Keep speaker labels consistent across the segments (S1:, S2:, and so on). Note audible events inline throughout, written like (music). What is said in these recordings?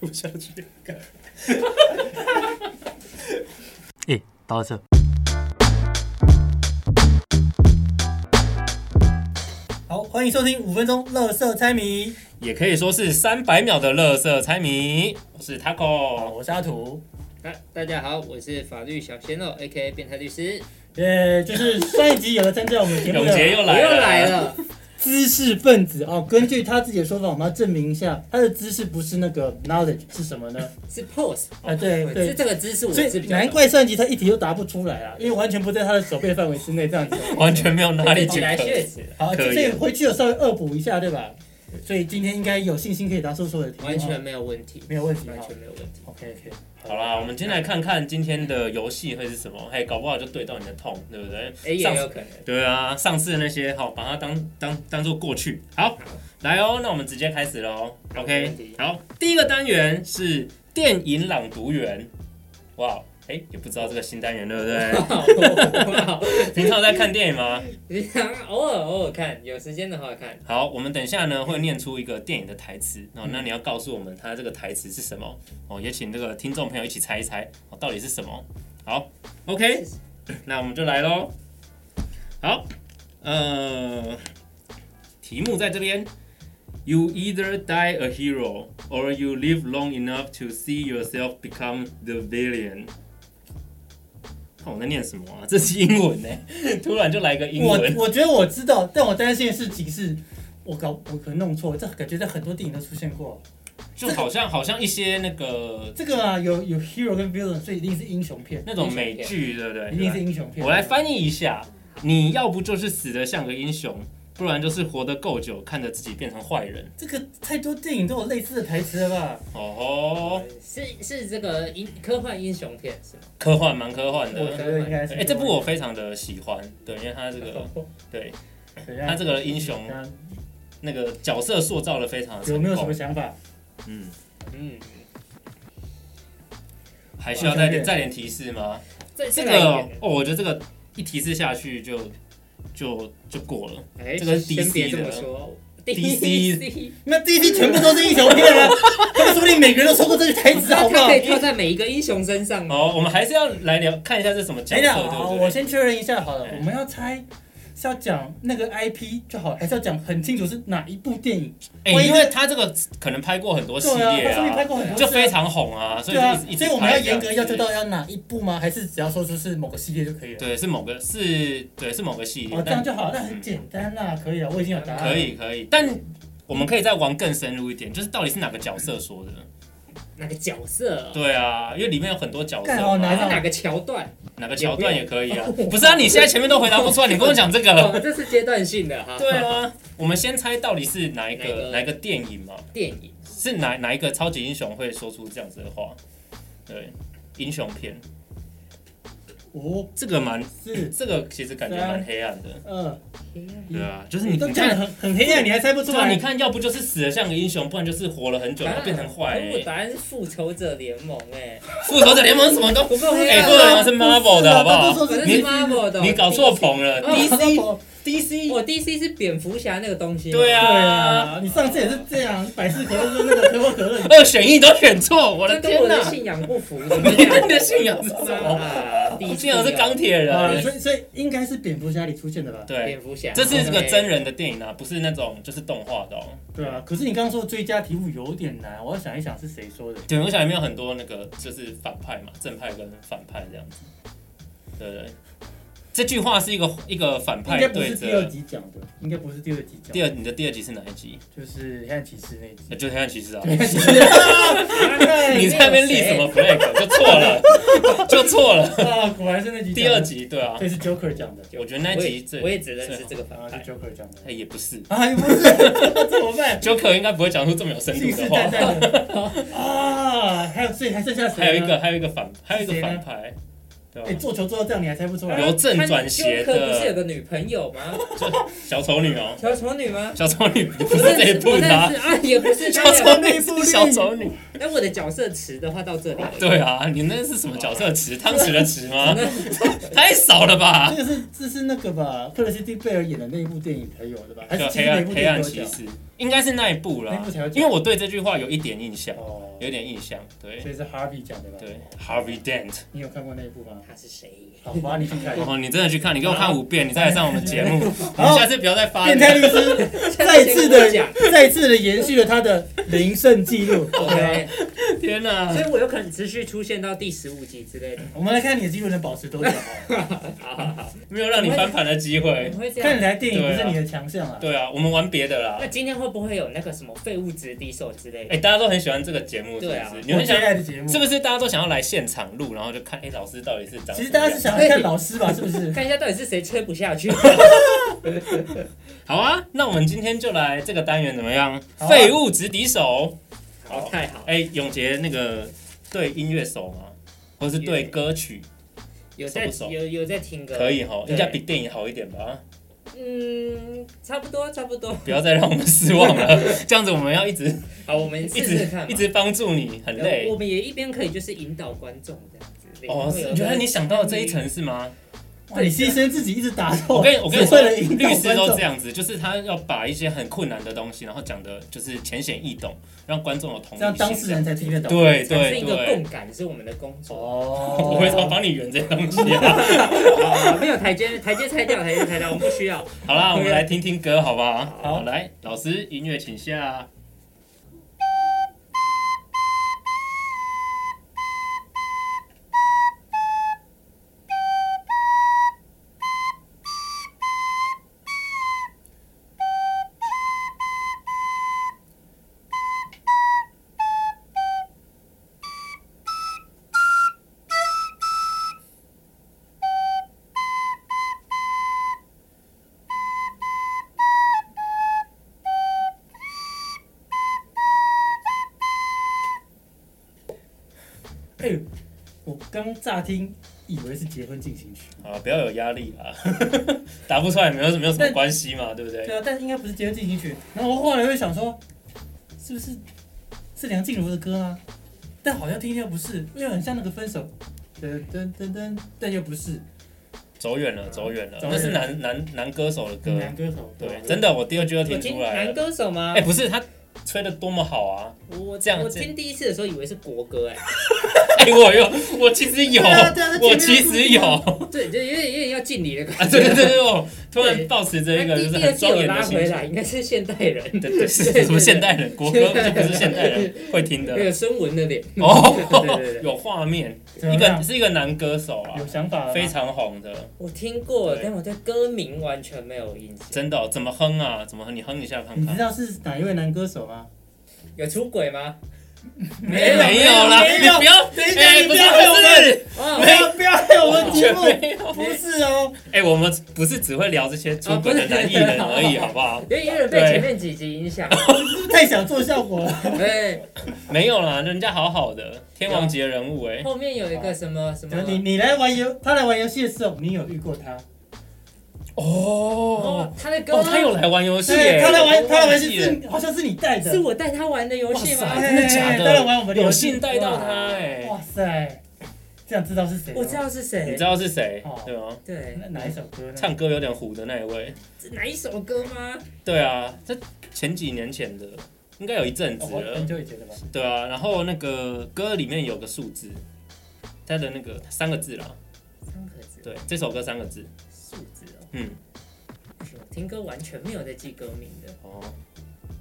S1: 不下去。
S2: 哎、到这。
S3: 好，欢迎收听五分钟乐色猜谜，
S1: 也可以说是三百秒的乐色猜谜。我是 Taco，
S3: 我是阿图。
S4: 嗨，大家好，我是法律小鲜肉，A.K.A. 变态律师，
S3: 呃，就是上一集有了参加我们节目
S1: 永杰
S3: 的
S1: 又
S4: 我
S1: 来了，
S4: 又来了，
S3: 知识分子哦，根据他自己的说法，我们要证明一下他的知识不是那个 knowledge 是什么呢？
S4: 是 pose，
S3: 啊，
S1: 哎
S3: 对
S4: 哦是
S3: 对，
S4: 这个姿势我
S3: 所
S4: 是
S3: 以
S4: 比较
S3: 难怪上一集他一题都答不出来啊，因为完全不在他的手背范围之内，这
S4: (laughs)
S3: 样子。
S2: 完全没有
S4: 懂
S2: 哪里
S4: 对
S2: 去
S4: 起来
S2: 可
S4: 血脂，
S3: 好，
S2: 可以
S3: 所以回去有稍微恶补一下，对吧？所以今天应该有信心可以答出所有的题目，
S4: 完全
S3: 哦
S4: 没有问题，
S3: 没有问题啊
S4: 完
S3: 哈
S4: 全。没有问题。
S3: OK OK，
S1: 好啦，我们今天来看看今天的游戏会是什么，嘿，搞不好就对到你的痛，对不对？
S4: 哎，也有可能，
S1: 对啊，上次那些好，把它当当当做过去。好，来哦，那我们直接开始喽。
S4: 好没
S1: OK，
S4: 问题
S1: 好，第一个单元是电影朗读员。哇，哎，也不知道这个新单元对不
S4: (laughs)
S1: 对？
S4: 哇
S1: 平常有在看电影吗？
S4: 平常 (laughs) 偶尔偶尔看，有时间的话看。
S1: 好，我们等一下呢会念出一个电影的台词，
S3: 嗯
S1: 哦，那你要告诉我们它这个台词是什么哦，也请这个听众朋友一起猜一猜哦，到底是什么？好，OK，那我们就来喽。好，呃，题目在这边。You either die a hero, or you live long enough to see yourself become the villain。看我在念什么啊？这是英文呢、 (laughs) 突然就来个英文。
S3: 我我觉得我知道，但我担心的事情是，我搞我可能弄错，这感觉在很多电影都出现过。
S1: 就好像好像一些那个
S3: 这个啊，有有 hero 跟 villain，所以一定是英雄片，
S1: 那种美剧，对不
S3: 一定是
S1: 对？
S3: 英雄片。
S1: 我来翻译一下，你要不就是死得像个英雄，不然就是活得够久，看着自己变成坏人。
S3: 这个太多电影都有类似的台词了吧？
S1: 哦吼，
S4: 是是这个英科幻英雄片是吗？
S1: 科幻蛮科幻
S3: 我
S1: 的。
S3: 觉得应该是。
S1: 哎，这部我非常的喜欢，对，因为它这个对
S3: 等一下
S1: 它这个英雄
S3: 大家
S1: 那个角色塑造的非常的
S3: 有
S1: 成
S3: 没有什么
S1: 功，
S3: 想法？
S1: 嗯，
S4: 嗯，
S1: 还需要再点再点提示吗？
S4: 这
S1: 这
S4: 这
S1: 个
S4: 个
S1: 哦，我觉得这个一提示下去就就就过了。
S4: 哎，
S1: 这个是
S4: 先别
S1: DC
S4: 这
S1: 的
S4: 么说
S1: (laughs) DC
S3: 那 DC 全部都是英雄片啊，他们说不定每个人都说过这个台词，好不
S4: 它
S1: (laughs)
S3: 好
S4: 可？以套在每一个英雄身上吗？
S1: 哦，我们还是要来聊看一下这是什么角
S3: 等一
S1: 色，
S3: 下，
S1: 对
S3: 哎好，
S1: 不
S3: 我
S1: 对？
S3: 先确认一下好了
S1: 哎，
S3: 我们要猜是要讲那个 IP 就好，还是要讲很清楚是哪一部电影？
S1: 哎、
S3: 万一
S1: 因为他这个可能拍过很多系
S3: 对啊，
S1: 列
S3: 他说明拍过很多次
S1: 就
S3: 啊，
S1: 非常红啊，所以
S3: 对啊
S1: 就一，直
S3: 所以我们要严格要求。
S1: 一直拍这样
S3: 到要哪一部吗？还是只要说出是某个系列就可以
S1: 子
S3: 了？
S1: 对，是某个是，对，是某个系列，
S3: 哦，这样就好，那很简单啦，可以啊，我已经有答
S1: 但
S3: 案。
S1: 可。以可以，但我们可以再玩更深入一点，就是到底是哪个角色说的？
S4: 哪个角色？
S1: 对啊，因为里面有很多角色
S3: 干
S1: 嘛，
S3: 好难
S4: 还
S3: 啊
S4: 是哪个桥段？
S1: 哪个桥段也可
S3: (laughs)
S1: 以啊。不是啊，你现在前面都回答不出来，你跟我讲这
S4: 我
S1: 个。
S4: 哦们这是阶段性的哈。
S1: 对啊，我们先猜到底是哪一
S4: 哪一
S1: 个
S4: 个
S1: 哪一个电影嘛？
S4: 电影
S1: 是哪哪一个超级英雄会说出这样子的话？对，英雄片
S3: 五、
S1: 这个蛮
S3: 四、
S1: 这个其实感觉蛮黑暗的。
S3: 二，
S1: 对啊，就是
S3: 你
S1: 你
S3: 都
S1: 你
S3: 讲得
S1: 看，
S3: 很很啊黑暗，你还猜不出
S1: 对啊，
S3: 来？
S1: 你看，要不就是死的像个英雄，不然就是活了很久然啊
S4: 哎
S1: 后变成坏
S4: 我
S1: 人。
S4: 答案是复仇者联盟哎，
S1: 复仇者联盟什么都，
S4: 不够黑
S1: 哎，复
S4: 暗
S1: 仇者联盟
S4: 吗？
S1: 是 Marvel 的好不
S3: 啊他都
S1: 好？
S3: 说
S4: 反正
S1: 你
S4: 是
S3: (laughs)
S4: Marvel 的，
S1: 你搞错棚了
S4: 哦
S1: ，DC
S3: DC，
S4: 我 DC 是蝙蝠侠那个东西。
S1: 对啊
S3: 对啊，你上次也是这样，百事可乐就是那个可口可乐，
S1: 二选一都选错，我的
S4: 这跟我
S1: 天
S4: 的
S1: 哪！
S4: 信仰不
S1: (laughs)
S4: 符，怎么
S1: 你
S4: 样？
S1: 的信仰是什么？
S4: 啊
S1: 你
S4: DC
S1: 信哦仰是钢铁
S3: 啊，
S1: 人，
S3: 所以所以应该是蝙蝠侠里出现的吧？
S1: 对
S4: 蝙，蝠侠，
S1: 这是这个
S4: OK
S1: 真。人的电影啊，不是那种就是动画的哦。
S3: 对啊，可是你刚刚说追加题目有点难，我要想一想是谁说的。
S1: 对，我想里面有很多那个就是反派嘛，正派跟反派这样子，对不对？这句话是一个一个反
S3: 应
S1: 派
S3: 该不
S1: 对
S3: 是第二
S1: 着。
S3: 集讲的，应该不是第二集讲
S1: 第
S3: 的，
S1: 二，你的第二集是哪一集？
S3: 就是黑暗骑士那一集
S1: (laughs) 呃。就是黑暗骑士啊！
S3: (laughs)
S1: 你
S4: 你
S1: 在那边立什么 flag 就错了，
S4: (laughs)
S1: 就错了。
S3: 啊，果然是那集。
S1: 第二，集对啊，
S3: 这是 Joker 讲的，
S1: 我觉得那
S4: 我
S1: 集
S4: 也
S1: 这
S4: 我也只认识这个反
S3: 啊，
S4: 派
S3: 是。Joker 讲的。
S1: 哎也不是
S3: 啊，不是， (laughs) 怎么
S1: (laughs)
S3: 办？
S1: ，Joker 应该不会讲出这么有深度
S3: 信誓
S1: 的
S3: 旦
S1: 话。
S3: 旦的 (laughs) 啊，还有所以还剩下谁？
S1: 还有一个，，还有一个反，还有一个
S3: 是谁呢
S1: 反派，对
S3: 哎，
S1: 吧？
S3: 做球做到这样你还猜不出来？
S1: 由正转邪
S4: 他 Joker 不是有
S1: 的
S4: 个女朋友吗？ (laughs)
S1: 小丑女哦，
S4: 小丑女吗？
S1: 小丑女 (laughs) 不
S4: 不
S1: 是这一部
S4: 我
S1: 的
S4: 认
S1: 啊
S4: 识，啊，也不是。
S1: 小
S4: 当然
S1: 丑女是小丑女。
S4: 那我的角色词的话到这里了。
S1: 对啊，你那是什么角色池？汤匙的匙
S4: (laughs)
S1: 吗？太少了吧
S3: 这？个是这是那个吧，克里斯蒂贝尔演的那一部电影才有的吧？还是
S1: 叫
S3: 其
S1: 啊黑
S3: 实哪
S1: 暗黑
S3: 部电
S1: 暗
S3: 影都
S1: 骑
S3: 有讲？
S1: 士，应该是那一部
S3: 那
S1: 啦
S3: 部。才有
S1: 因
S3: 讲
S1: 为。我对这句话有一点印象，
S3: 哦
S1: 有点印象。对
S3: 所以是 Harvey 讲的吧？
S1: 对，Harvey Dent。
S3: 你有看过那一部吗？
S4: 他是谁？
S3: 好，我帮你去看。
S1: 哦，你真的去看，你给我看五遍，你再来上我们节
S3: (laughs)
S1: 目。我们下次不要再发
S3: 变态律师再次的再次的延续了他的零胜记录。啊
S4: OK，
S1: 天哪
S4: 所！以我有可能持续出现到第十五集之类的。
S3: 我们来看你的记录能保持多久啊好了？
S4: 好好好，
S1: 没有让你翻盘的机会
S4: 你。会这
S3: 看
S4: 样？
S3: 起来电影不是你的强项啊。
S1: 对啊，我们玩别的啦
S4: 那。今天会不会有那个什么废物值敌手之类
S1: 哎、
S4: 的？
S1: 大家都很喜欢这个节目，是不
S4: 对啊
S1: 是？你
S3: 我
S1: 们
S3: 最
S1: 想，
S3: 爱的节目
S1: 是。不是大家都想要来现场录，然后就看，哎、老师到底是长什么样？
S3: 其实大家是想要看老师吧？是不
S1: 哎
S3: 是？
S4: 看一下到底是谁吹不下
S1: (laughs)
S4: 去。
S1: 好啊，那我们今天就来这个单元怎么样
S3: 好？啊
S1: 废、物直敌手。
S4: 好，太好，
S1: 哎、永杰那个对音乐手吗？或是对歌曲
S4: 有在
S1: 熟不熟
S4: 有有在听歌，
S1: 可。以哈，
S4: 对
S1: 应该比电影好一点吧？
S4: 嗯，差不多差不多。
S1: 不要再让我们失望了，这样子我们要一直
S4: 好，我们
S1: 一
S4: 试试
S1: 直
S4: 看嘛。呃
S1: 一直帮助你，很累
S4: 我。们也一边可以就是引导观众这样子。
S1: 哦，
S4: 会有嗯
S1: 是原来你想到这一层是吗？
S3: 哇你牺牲自己一直打
S4: 哦
S3: 斗，
S1: 我跟我跟你
S3: 只
S1: 说
S3: 为了，赢
S1: 律师都这
S3: 样。
S1: 样子，就是他要把一些很困难的东西，然后讲的就是浅显易懂，让观众有同理
S3: 这样
S1: 心。
S3: 当事人才听得懂。
S1: 对
S4: 产生
S1: 对
S4: 一个
S1: 对
S4: 共，感是我们的工作。
S3: 哦
S1: 我会帮帮你圆这些东西
S4: (laughs)
S1: 啊。
S4: 啊没有台阶，台阶拆掉，台阶拆掉，我们不需
S1: (laughs)
S4: 要。
S1: 好啦，我们来听听歌，好不好？
S4: 好
S1: 来，老师，音乐请下。
S3: 哎呦，我刚乍听以为是结婚进行曲，
S1: 啊，不要有压力啊， (laughs) 答不出来没有没有什么
S3: 但
S1: 关系嘛，对不对？
S3: 对啊，但是应该不是结婚进行曲。然后我后来又想说，是不是是梁静茹的歌啊？但好像听听又不是，又很像那个分手，噔噔噔噔，但又不是
S1: 走远了，走远了，
S3: 走
S1: 那
S3: 远了
S1: 是男男男歌手的歌，
S3: 男歌手。
S1: 对，啊真的，我第二句就
S4: 我
S1: 听
S4: 听
S1: 出来
S4: 男
S1: 了。
S4: 歌手吗
S1: 哎，？不是他吹的多么好啊，
S4: 我
S1: 这样
S4: 我
S1: 这
S4: 听第一次的时候以为是国歌，哎，
S1: 哎，我有，我其实有
S3: 对啊对啊那前
S1: (laughs)
S3: 面，
S1: 我其实有
S3: 那
S1: 啊，
S4: 对，就有点有点要敬礼的感觉。
S1: 对对对对，我突然保持着一个就是
S4: 第二
S1: 很
S4: 季
S1: 庄
S4: 有
S1: 严
S4: 拉
S1: 的心
S4: 回
S1: 情
S4: 来，。应该是现代人，
S1: 对对，是什么现代人国歌就不是现代人会听的
S4: (laughs) 那个声纹的脸。对对
S1: 哦，(laughs)
S4: 对
S1: 有画面，
S3: 怎么
S1: 一个
S3: 样
S1: 是一个男歌手啊
S3: 有，想法了吗
S1: 非常红的，
S4: 我听过，
S1: 对
S4: 但我对歌名完全没有印象。
S1: 真的哦怎么哼啊？怎么哼？你哼一下看
S3: 你
S1: 看
S3: 知。道是哪一位男歌手吗？
S4: 有出轨吗？
S1: 没有没有啦，
S3: 没
S1: 你
S3: 有
S1: 不要，
S3: 等一下
S1: 哎
S3: 你
S1: 不
S3: 不
S1: 是
S3: 要害我
S1: 不是，
S4: 哦，
S3: 没有，不要害哎我们节目
S1: 完全没，
S3: 不是哦。
S1: 哎，我们不是只会聊这些出轨的男艺人而已，
S3: 哦
S4: 啊不是
S1: 好不好？
S4: 有点有点被
S1: 对
S4: 前面几集影响。
S3: 太想做效果了。
S4: 对，
S1: 没有啦，人家好好的天王级的人物哎，
S4: 后面有一个什么什
S1: 啊
S4: 么，
S3: 你你来玩游，他来玩游戏的时候，你有遇过他？
S1: 哦
S4: 哦，他的歌
S1: 哦，他有来玩游戏
S3: 对，
S1: 哎，
S3: 他来玩，
S1: 我
S3: 他来玩游
S1: 忘
S3: 戏
S1: 记
S3: 是好像是你带的
S4: 是。我带他玩的游
S1: 哇
S4: 戏
S1: 塞，
S4: 吗？
S1: 真的假
S3: 哎当然
S1: 的？
S3: 玩我们的
S1: 有
S3: 游戏
S1: 幸带到他哎，
S3: 哇塞，这样知道是谁了？
S4: 我知道是
S1: 你
S4: 谁
S1: 知，道是谁
S3: 哦
S1: 对吗？
S4: 对，
S3: 那哪一首歌呢？哦
S1: 唱歌有点糊的那一位，
S4: 是哪一首歌吗？
S1: 对啊，这前几年前的，应该有一阵
S3: 哦
S1: 子
S3: 我
S1: 了
S3: 很，久以前的吧。
S1: 对啊。然后那个歌里面有个数字，它的那个三个字啦，
S4: 三个字，哦
S1: 对，这首歌三个字，
S4: 数字哦。
S1: 嗯，
S4: 不行我听歌完全没有在记歌名的，
S1: 哦，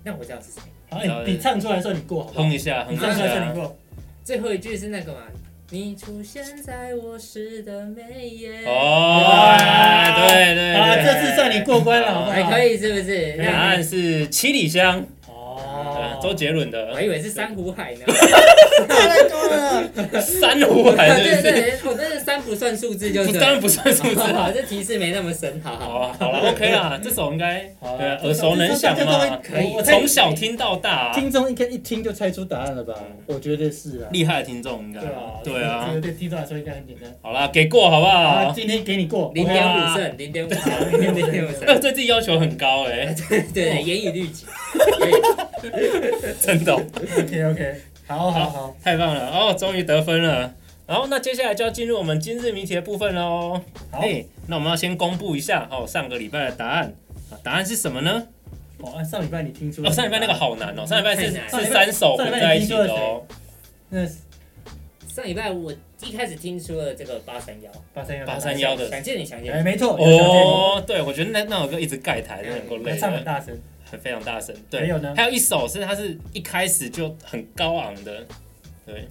S4: 那我知道是谁。
S3: 好，你你唱出来算你过好不好？
S1: 哼一下，哼
S3: 你
S1: 一
S3: 唱出来算
S1: 下
S3: 你，过。
S4: 最后一句是那个嘛？你出现在我诗的眉眼。
S1: 哦，
S3: 哇
S1: 对
S3: 哎好了，
S1: 对对，
S3: 这次算你过关了，好不好？
S4: 还可以是不是？
S1: 答
S4: 那
S1: 案是七里香，对啊
S3: 哦，
S1: 周杰伦
S4: 我
S1: 的
S4: 还以为是珊瑚
S1: (laughs)
S4: 海呢。
S3: 太多了。
S1: 珊瑚海是
S4: (laughs) 对对
S1: 不是？
S4: 对，我真的三不算数字就
S1: 不
S4: 是。
S1: 当然不算数字啊。
S4: 好， (laughs) 这提示没那么深，好
S1: 好
S4: 好。
S1: 啊，好了，OK 啦，这首应该
S3: 好
S1: 对啊
S3: 了，
S1: 耳熟能详嘛
S3: 可以。我猜
S1: 从小听到大啊，
S3: 听众应该一听就猜出答案了吧？我觉得是啊。
S1: 厉害的听众应该对
S3: 这啊
S1: 啊
S3: 个。对听众来说应该很简单。
S1: 好啦，给过好不啊
S3: 好，
S1: 好？
S3: 今天给你过。
S4: 零点五胜，零点五，零点五
S1: 那 (laughs)
S4: 胜，
S1: 对自己要求很高
S3: (laughs)
S1: 哎，
S4: 对，严以律己。
S1: 真的哦，
S3: OK OK，好好好。
S1: 太棒了哦，终于得分了。然后那接下来就要进入我们今日谜题的部分喽。
S3: 好
S1: 哎，那我们要先公布一下哦，上个礼拜的答案。啊答案是什么呢？
S3: 哦，啊上礼拜你听出？
S1: 哦，上礼拜那个。好难哦，上礼拜是
S4: 太难
S1: 是三首
S3: 上
S1: 混
S3: 礼拜
S1: 在一
S3: 你
S1: 起
S3: 听说
S1: 的
S3: 了
S1: 哦。
S3: 那
S4: 上礼拜我一开始听出了这个八三幺，
S3: 八三幺
S1: 八三幺的
S4: 想见你，想见
S3: 哎，没错，有条件
S1: 哦，对，我觉得那那首歌一直盖台，真的够累
S3: 还唱很
S1: 的，
S3: 大声，
S1: 很非常大声。
S3: 还
S1: 对，
S3: 有呢
S1: 还有一首是它是一开始就很高昂的，对，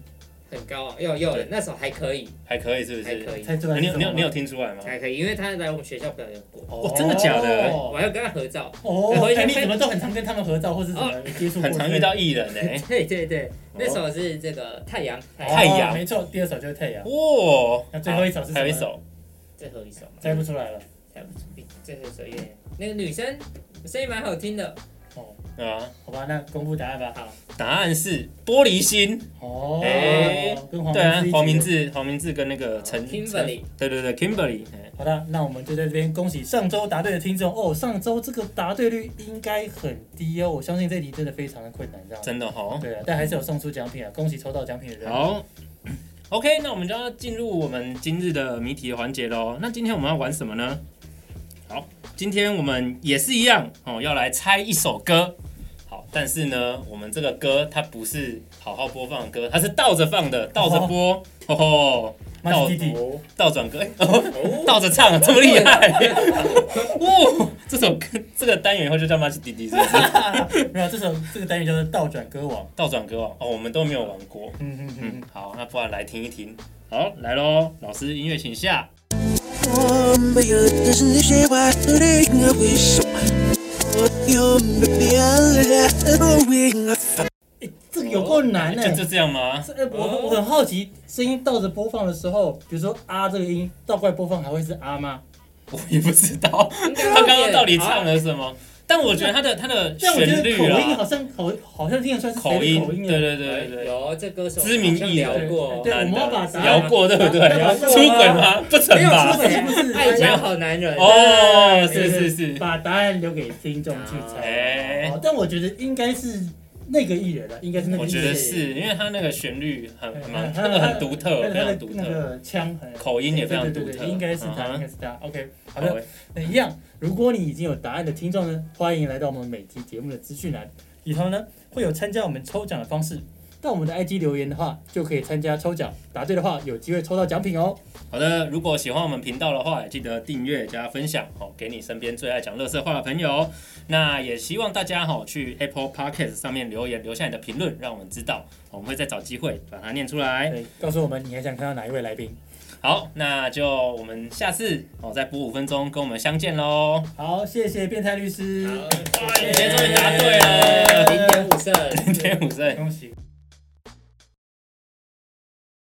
S4: 你，很高啊，又又那首还可以，
S1: 还可以是不
S4: 还
S1: 是？
S4: 可以，
S3: 猜出来
S1: 你
S3: 是
S1: 有
S3: 什么
S1: 你有你有听出来吗？
S4: 还可以，因为他来我们学校表演过，
S1: 哦真的假的
S4: 我
S3: 哦，
S4: 还要跟他合照，
S3: 哦 (laughs)
S4: 回去
S3: 哎，你
S4: 看
S3: 怎么都很常跟他们合照，或是怎么接触
S1: 哦
S3: 过？
S1: 很常遇到艺人欸呢、
S4: (laughs) 对对对，那
S1: 哦
S4: 首是这个太阳，
S3: 哦
S1: 太阳
S3: 没错，第二首就是太阳，
S1: 哇，
S3: 那最后一首是什么
S1: 还有一首，
S4: 最后一首嘛，
S3: 猜不出来了。
S4: 猜不出，最后一首有点那个女生声音蛮好听的，
S1: 啊，
S3: 好吧，那公布答案吧。
S4: 好，
S1: 答案是玻璃心，
S3: 哦，
S1: 哎
S3: 跟黄
S1: 对啊，黄明
S3: 明志。
S1: 志，黄明志跟那个陈
S4: Kimberly
S1: 陈对对对，Kimberly，哎
S3: 好的，那我们就在这边恭喜上周答对的听众哦。上周这个答对率应该很低哦，我相信这题真的非常的困难，这样。
S1: 真的好，
S3: 对啊，但还是有送出奖品啊！恭喜抽到奖品的人。
S1: 好。OK，那我们就要进入我们今日的谜题环节喽。那今天我们要玩什么呢？好，今天我们也是一样哦，要来猜一首歌。好，但是呢，我们这个歌它不是好好播放的歌，它是倒着放的，倒着播哦，
S3: 马
S1: 倒
S3: 西弟弟，
S4: 哦，
S1: 倒转歌，哎 (laughs) 倒着唱，这么厉 (laughs) 害！哦，这首歌这个单元以后就叫马奇弟弟，是不是？ (laughs)
S3: (laughs) 没有这首这个单元叫做倒转歌王。
S1: 倒转歌哦，哦，我们都没有玩过。
S3: 嗯嗯
S1: 嗯
S3: 嗯，，
S1: 好，那不然来听一听。好，来喽，老师，音乐请下。
S3: 哎，这个有够难欸呢、
S1: 啊就就这样吗？ (laughs)
S3: 这哎，我我很好奇，声音倒着播放的时候，比如说啊这个音倒过来播放，还会是啊吗？
S1: 我也不知道他刚刚到底唱了什么，但我觉得他的他的
S3: 但我觉
S1: 旋
S3: 得口
S1: 律
S3: 音好
S1: 啊，
S3: 像口好像听得出来是谁
S1: 口
S3: 的
S1: 音，
S3: 口音
S1: 对
S3: 啊。
S1: 对对对对，
S4: 有这歌手
S1: 知名艺人
S4: 好像聊过，
S3: 对我们要把
S1: 男的
S3: 答案
S1: 摇过对不对
S3: 摇？过啊
S1: 出轨吗？不成
S4: 没有
S1: 吧
S4: 出？轨，爱家好男人，
S1: 哦，
S3: 对
S1: 是
S3: 对
S1: 是是，
S3: 把答案留给听众去猜。
S1: 哎
S3: 哦，，但我觉得应该是那个艺人了，啊应该是那个
S1: 我
S3: 艺
S1: 觉得
S3: 人。
S1: 是因为他那个旋律很
S3: 对
S1: 很蛮 (laughs) 那个很独特，
S3: 但
S1: 非
S3: 是他
S1: 常
S3: 的
S1: 独
S3: 那
S1: 特，
S3: 个腔很
S1: 口音也非常独
S3: 对对对
S1: 特，
S3: 对应该是他，应
S1: 嗯
S3: 该是他。OK，
S1: 好
S3: 好的，
S1: 的，
S3: 那一样，如果你已经有答案的听众呢，欢迎来到我们每期节目的资讯栏，里头呢会有参加我们抽奖的方式。到我们的 IG 留言的话，就可以参加抽奖，答对的话有机会抽到奖品哦。
S1: 好的。如果喜欢我们频道的话，也记得订阅加分享哦，给你身边最爱讲乐色话的朋友。那也希望大家哈去 Apple Podcast 上面留言，留下你的评论，让我们知道，我们会再找机会把它念出来。
S3: 对，告诉我们你还想看到哪一位来宾。
S1: 好，那就我们下次哦再播五分钟跟我们相见 (laughs) 喽。
S3: 好，谢谢变态律师，
S4: 好，
S1: 哇，你今天终于答对了，
S4: 零点五胜。
S1: 零点五胜。
S3: 恭喜。